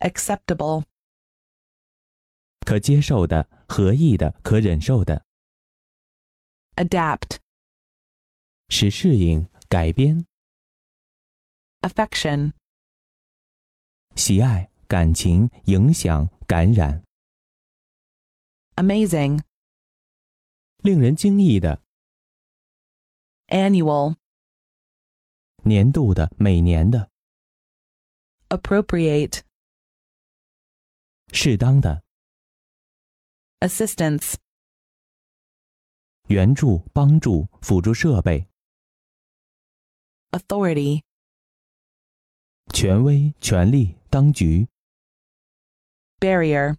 acceptable, 可接受的、合意的、可忍受的， adapt, 使适应、改编、 affection, 喜爱、感情、影响、感染， amazing, 令人惊异的、 annual, 年度的、每年的、 appropriate, 适当的、 assistance, 援助、帮助、辅助设备、 authority, 权威、权力、当局、 barrier,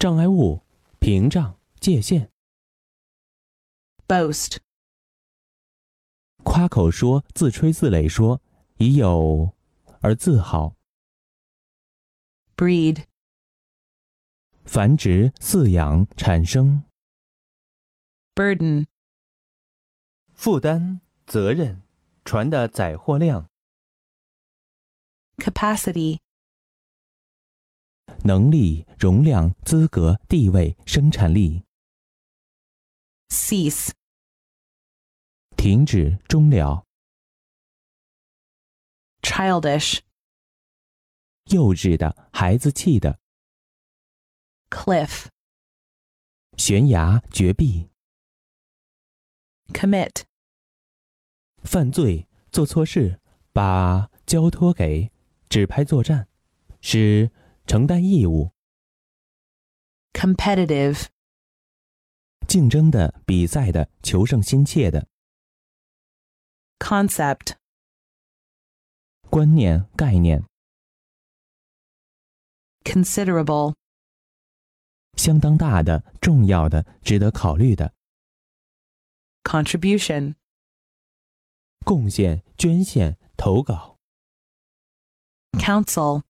障碍物、屏障、界限、 boast, 夸口说、自吹自擂说，以有而自豪。 breed, 繁殖、饲养、产生、 burden, 负担、责任、船的载货量、 capacity, 能力、容量、资格、地位、生产力、 cease, 停止、终了、 childish, 幼稚的、孩子气的、 cliff, 悬崖、绝壁、 commit, 犯罪、做错事、把交托给、指派作战、使承担义务、 competitive, 竞争的、比赛的、求胜心切的、 concept, 观念、概念、 considerable, 相当大的、重要的、值得考虑的。 contribution, 贡献、捐献、投稿、 council,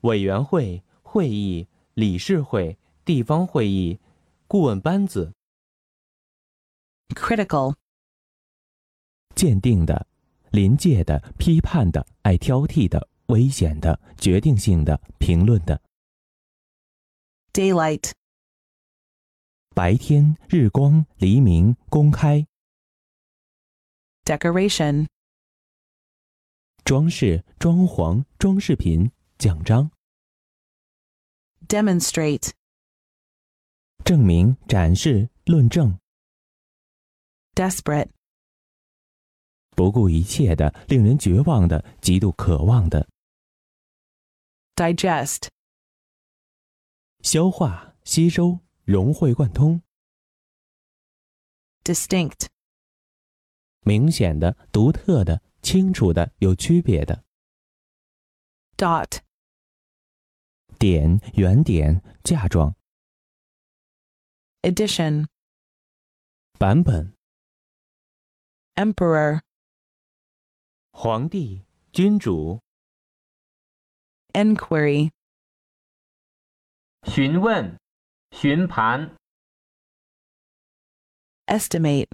委员会、会议、理事会、地方会议、顾问班子、 critical, 鉴定的、临界的、批判的、爱挑剔的、危险的、决定性的、评论的、 daylight, 白天、日光、黎明、公开、 decoration, 装饰、装潢、装饰品、奖章、 demonstrate, 证明、展示、论证。 desperate, 不顾一切的、令人绝望的、极度渴望的、 digest, 消化、吸收、融会贯通。 distinct, 明显的、独特的、清楚的、有区别的 dot, 点、原点、嫁妆、 edition, 版本、 emperor, 皇帝、君主、 enquiry, 询问、询盘、 estimate,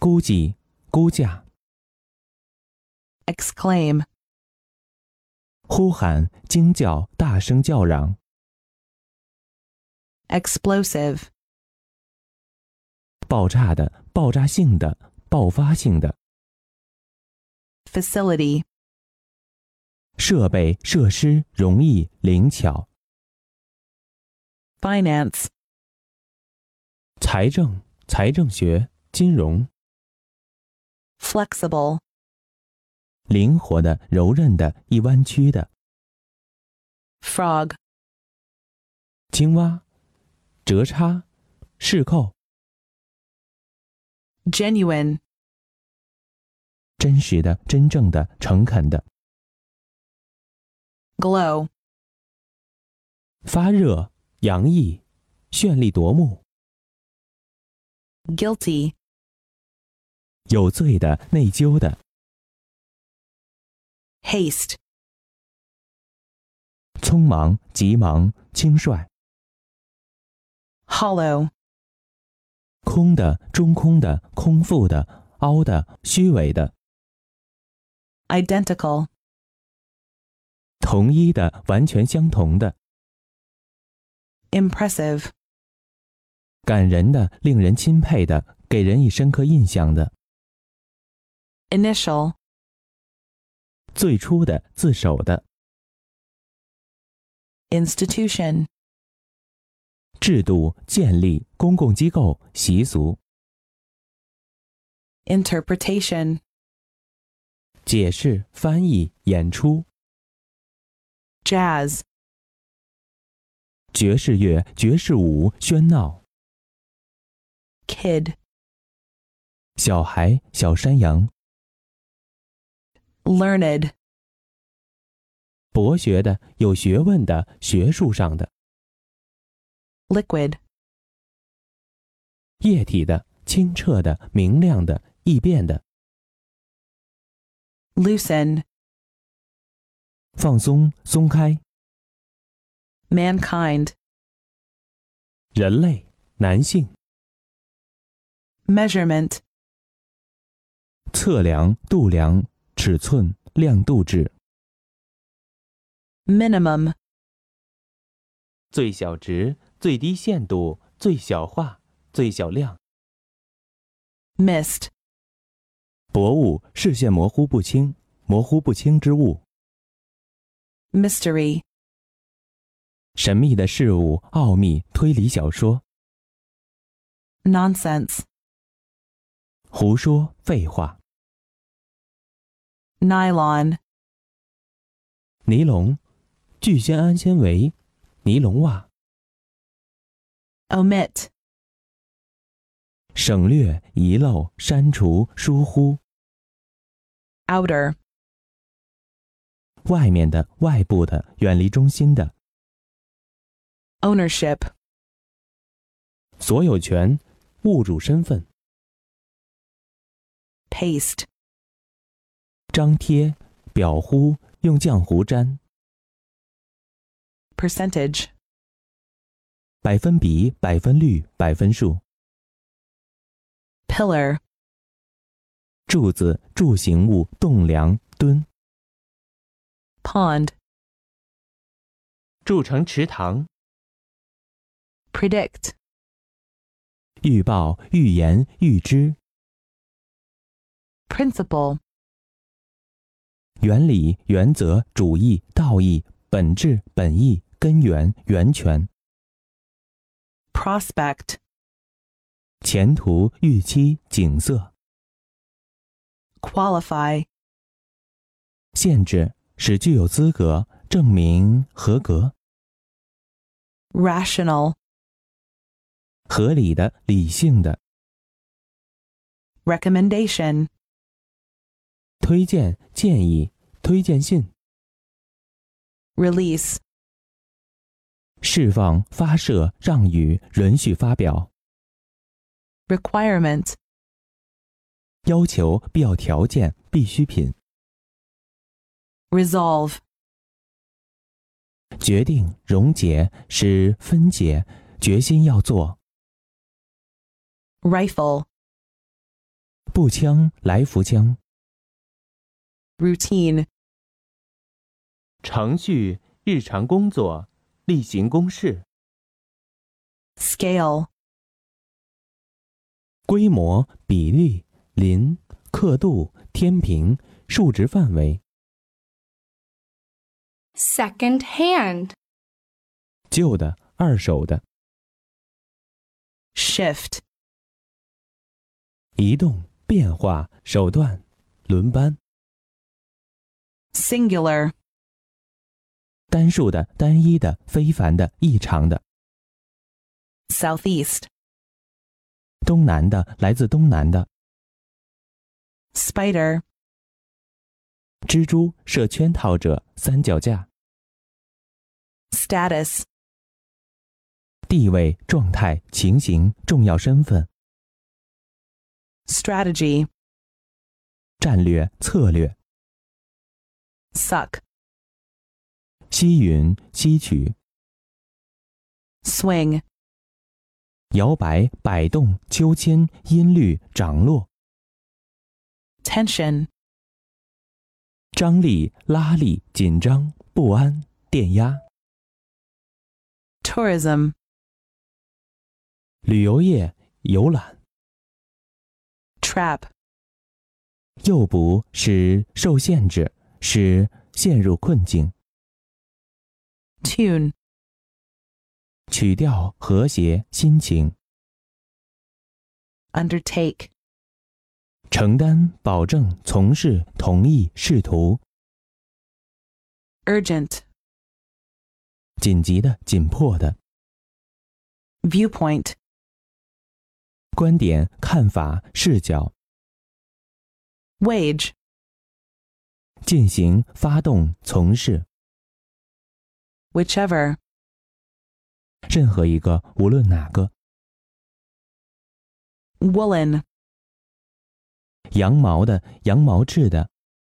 估计、估价、 exclaim, 呼喊、惊叫、大声叫嚷、 explosive, 爆炸的、爆炸性的、爆发性的、 facility, 设备、设施、容易、灵巧、 finance, 财政、财政学、金融、 flexible, 灵活的、柔韧的、易弯曲的、 frog, 青蛙、折叉、饰扣、 genuine, 真实的、真正的、诚恳的。 glow, 发热、洋溢、绚丽夺目、 guilty, 有罪的、内疚的、 haste, 匆忙、急忙、轻率、 hollow, 空的、中空的、空腹的、凹的、虚伪的、 identical, 同一的、完全相同的、 impressive, 感人的、令人钦佩的、给人以深刻印象的、 initial, 最初的、自首的、 institution, 制度建立、公共机构、习俗、 interpretation, 解释、翻译、演出、 jazz, 爵士乐、爵士舞、喧闹、 kid, 小孩、小山羊、 learned, 博学的、有学问的、学术上的、 liquid, 液体的、清澈的、明亮的、易变的、 loosen, 放松、松开、 mankind, 人类、男性、 measurement, 测量、度量、尺寸、亮度值、 minimum, 最小值、最低限度、最小化、最小量。 mist, 薄雾视线模糊不清，模糊不清之物， mystery, 神秘的事物，奥秘，推理小说， nonsense, 胡说废话， nylon, 尼龙，聚酰胺纤维，尼龙袜， omit, 省略、遗漏、删除、疏忽， outer, 外面的、外部的、远离中心的， ownership, 所有权、物主身份、 paste, 张贴、裱糊，用浆糊粘， percentage, 百分比、百分率、百分数。 pillar, 柱子、柱形物、栋梁、墩， pond, 筑成池塘。 predict, 预报、预言、预知， principle, 原理、原则、主义、道义、本质、本意、根源、源泉、 prospect, 前途、预期、景色、 qualify, 限制，使具有资格、证明合格、 rational, 合理的、理性的 recommendation, 推荐、建议、推荐信、 release, 释放、发射、让与、允许发表、 requirement, 要求、必要条件、必需品。 resolve, 决定、溶解、使分解、决心要做、 rifle, 步枪、来福枪、 routine, 程序、日常工作、例行公事、 scale, 规模、比例、邻、刻度、天平、数值范围、 second hand, 旧的、二手的、 shift, 移动、变化、手段、轮班、 singular, 单数的、单一的、非凡的、异常的、 southeast, 东南的、来自东南的、 spider, 蜘蛛、设圈套者、三脚架、 status, 地位、状态、情形、重要身份。 strategy, 战略、策略、 suck, 吸吮、吸取、 swing, 摇摆、摆动、秋千、音律、涨落、 tension, 张力、拉力、紧张、不安、电压。 tourism, 旅游业、游览。 trap, 诱捕使受限制，使陷入困境。 tune, 曲调和谐，心情。 undertake, 承担、保证、从事、同意、试图。 urgent, 紧急的、紧迫的。 viewpoint, 观点、看法、视角。 wage, 进行、发动、从事。 whichever, 任何一个，无论哪个。 woolen, 羊毛的、羊毛制的。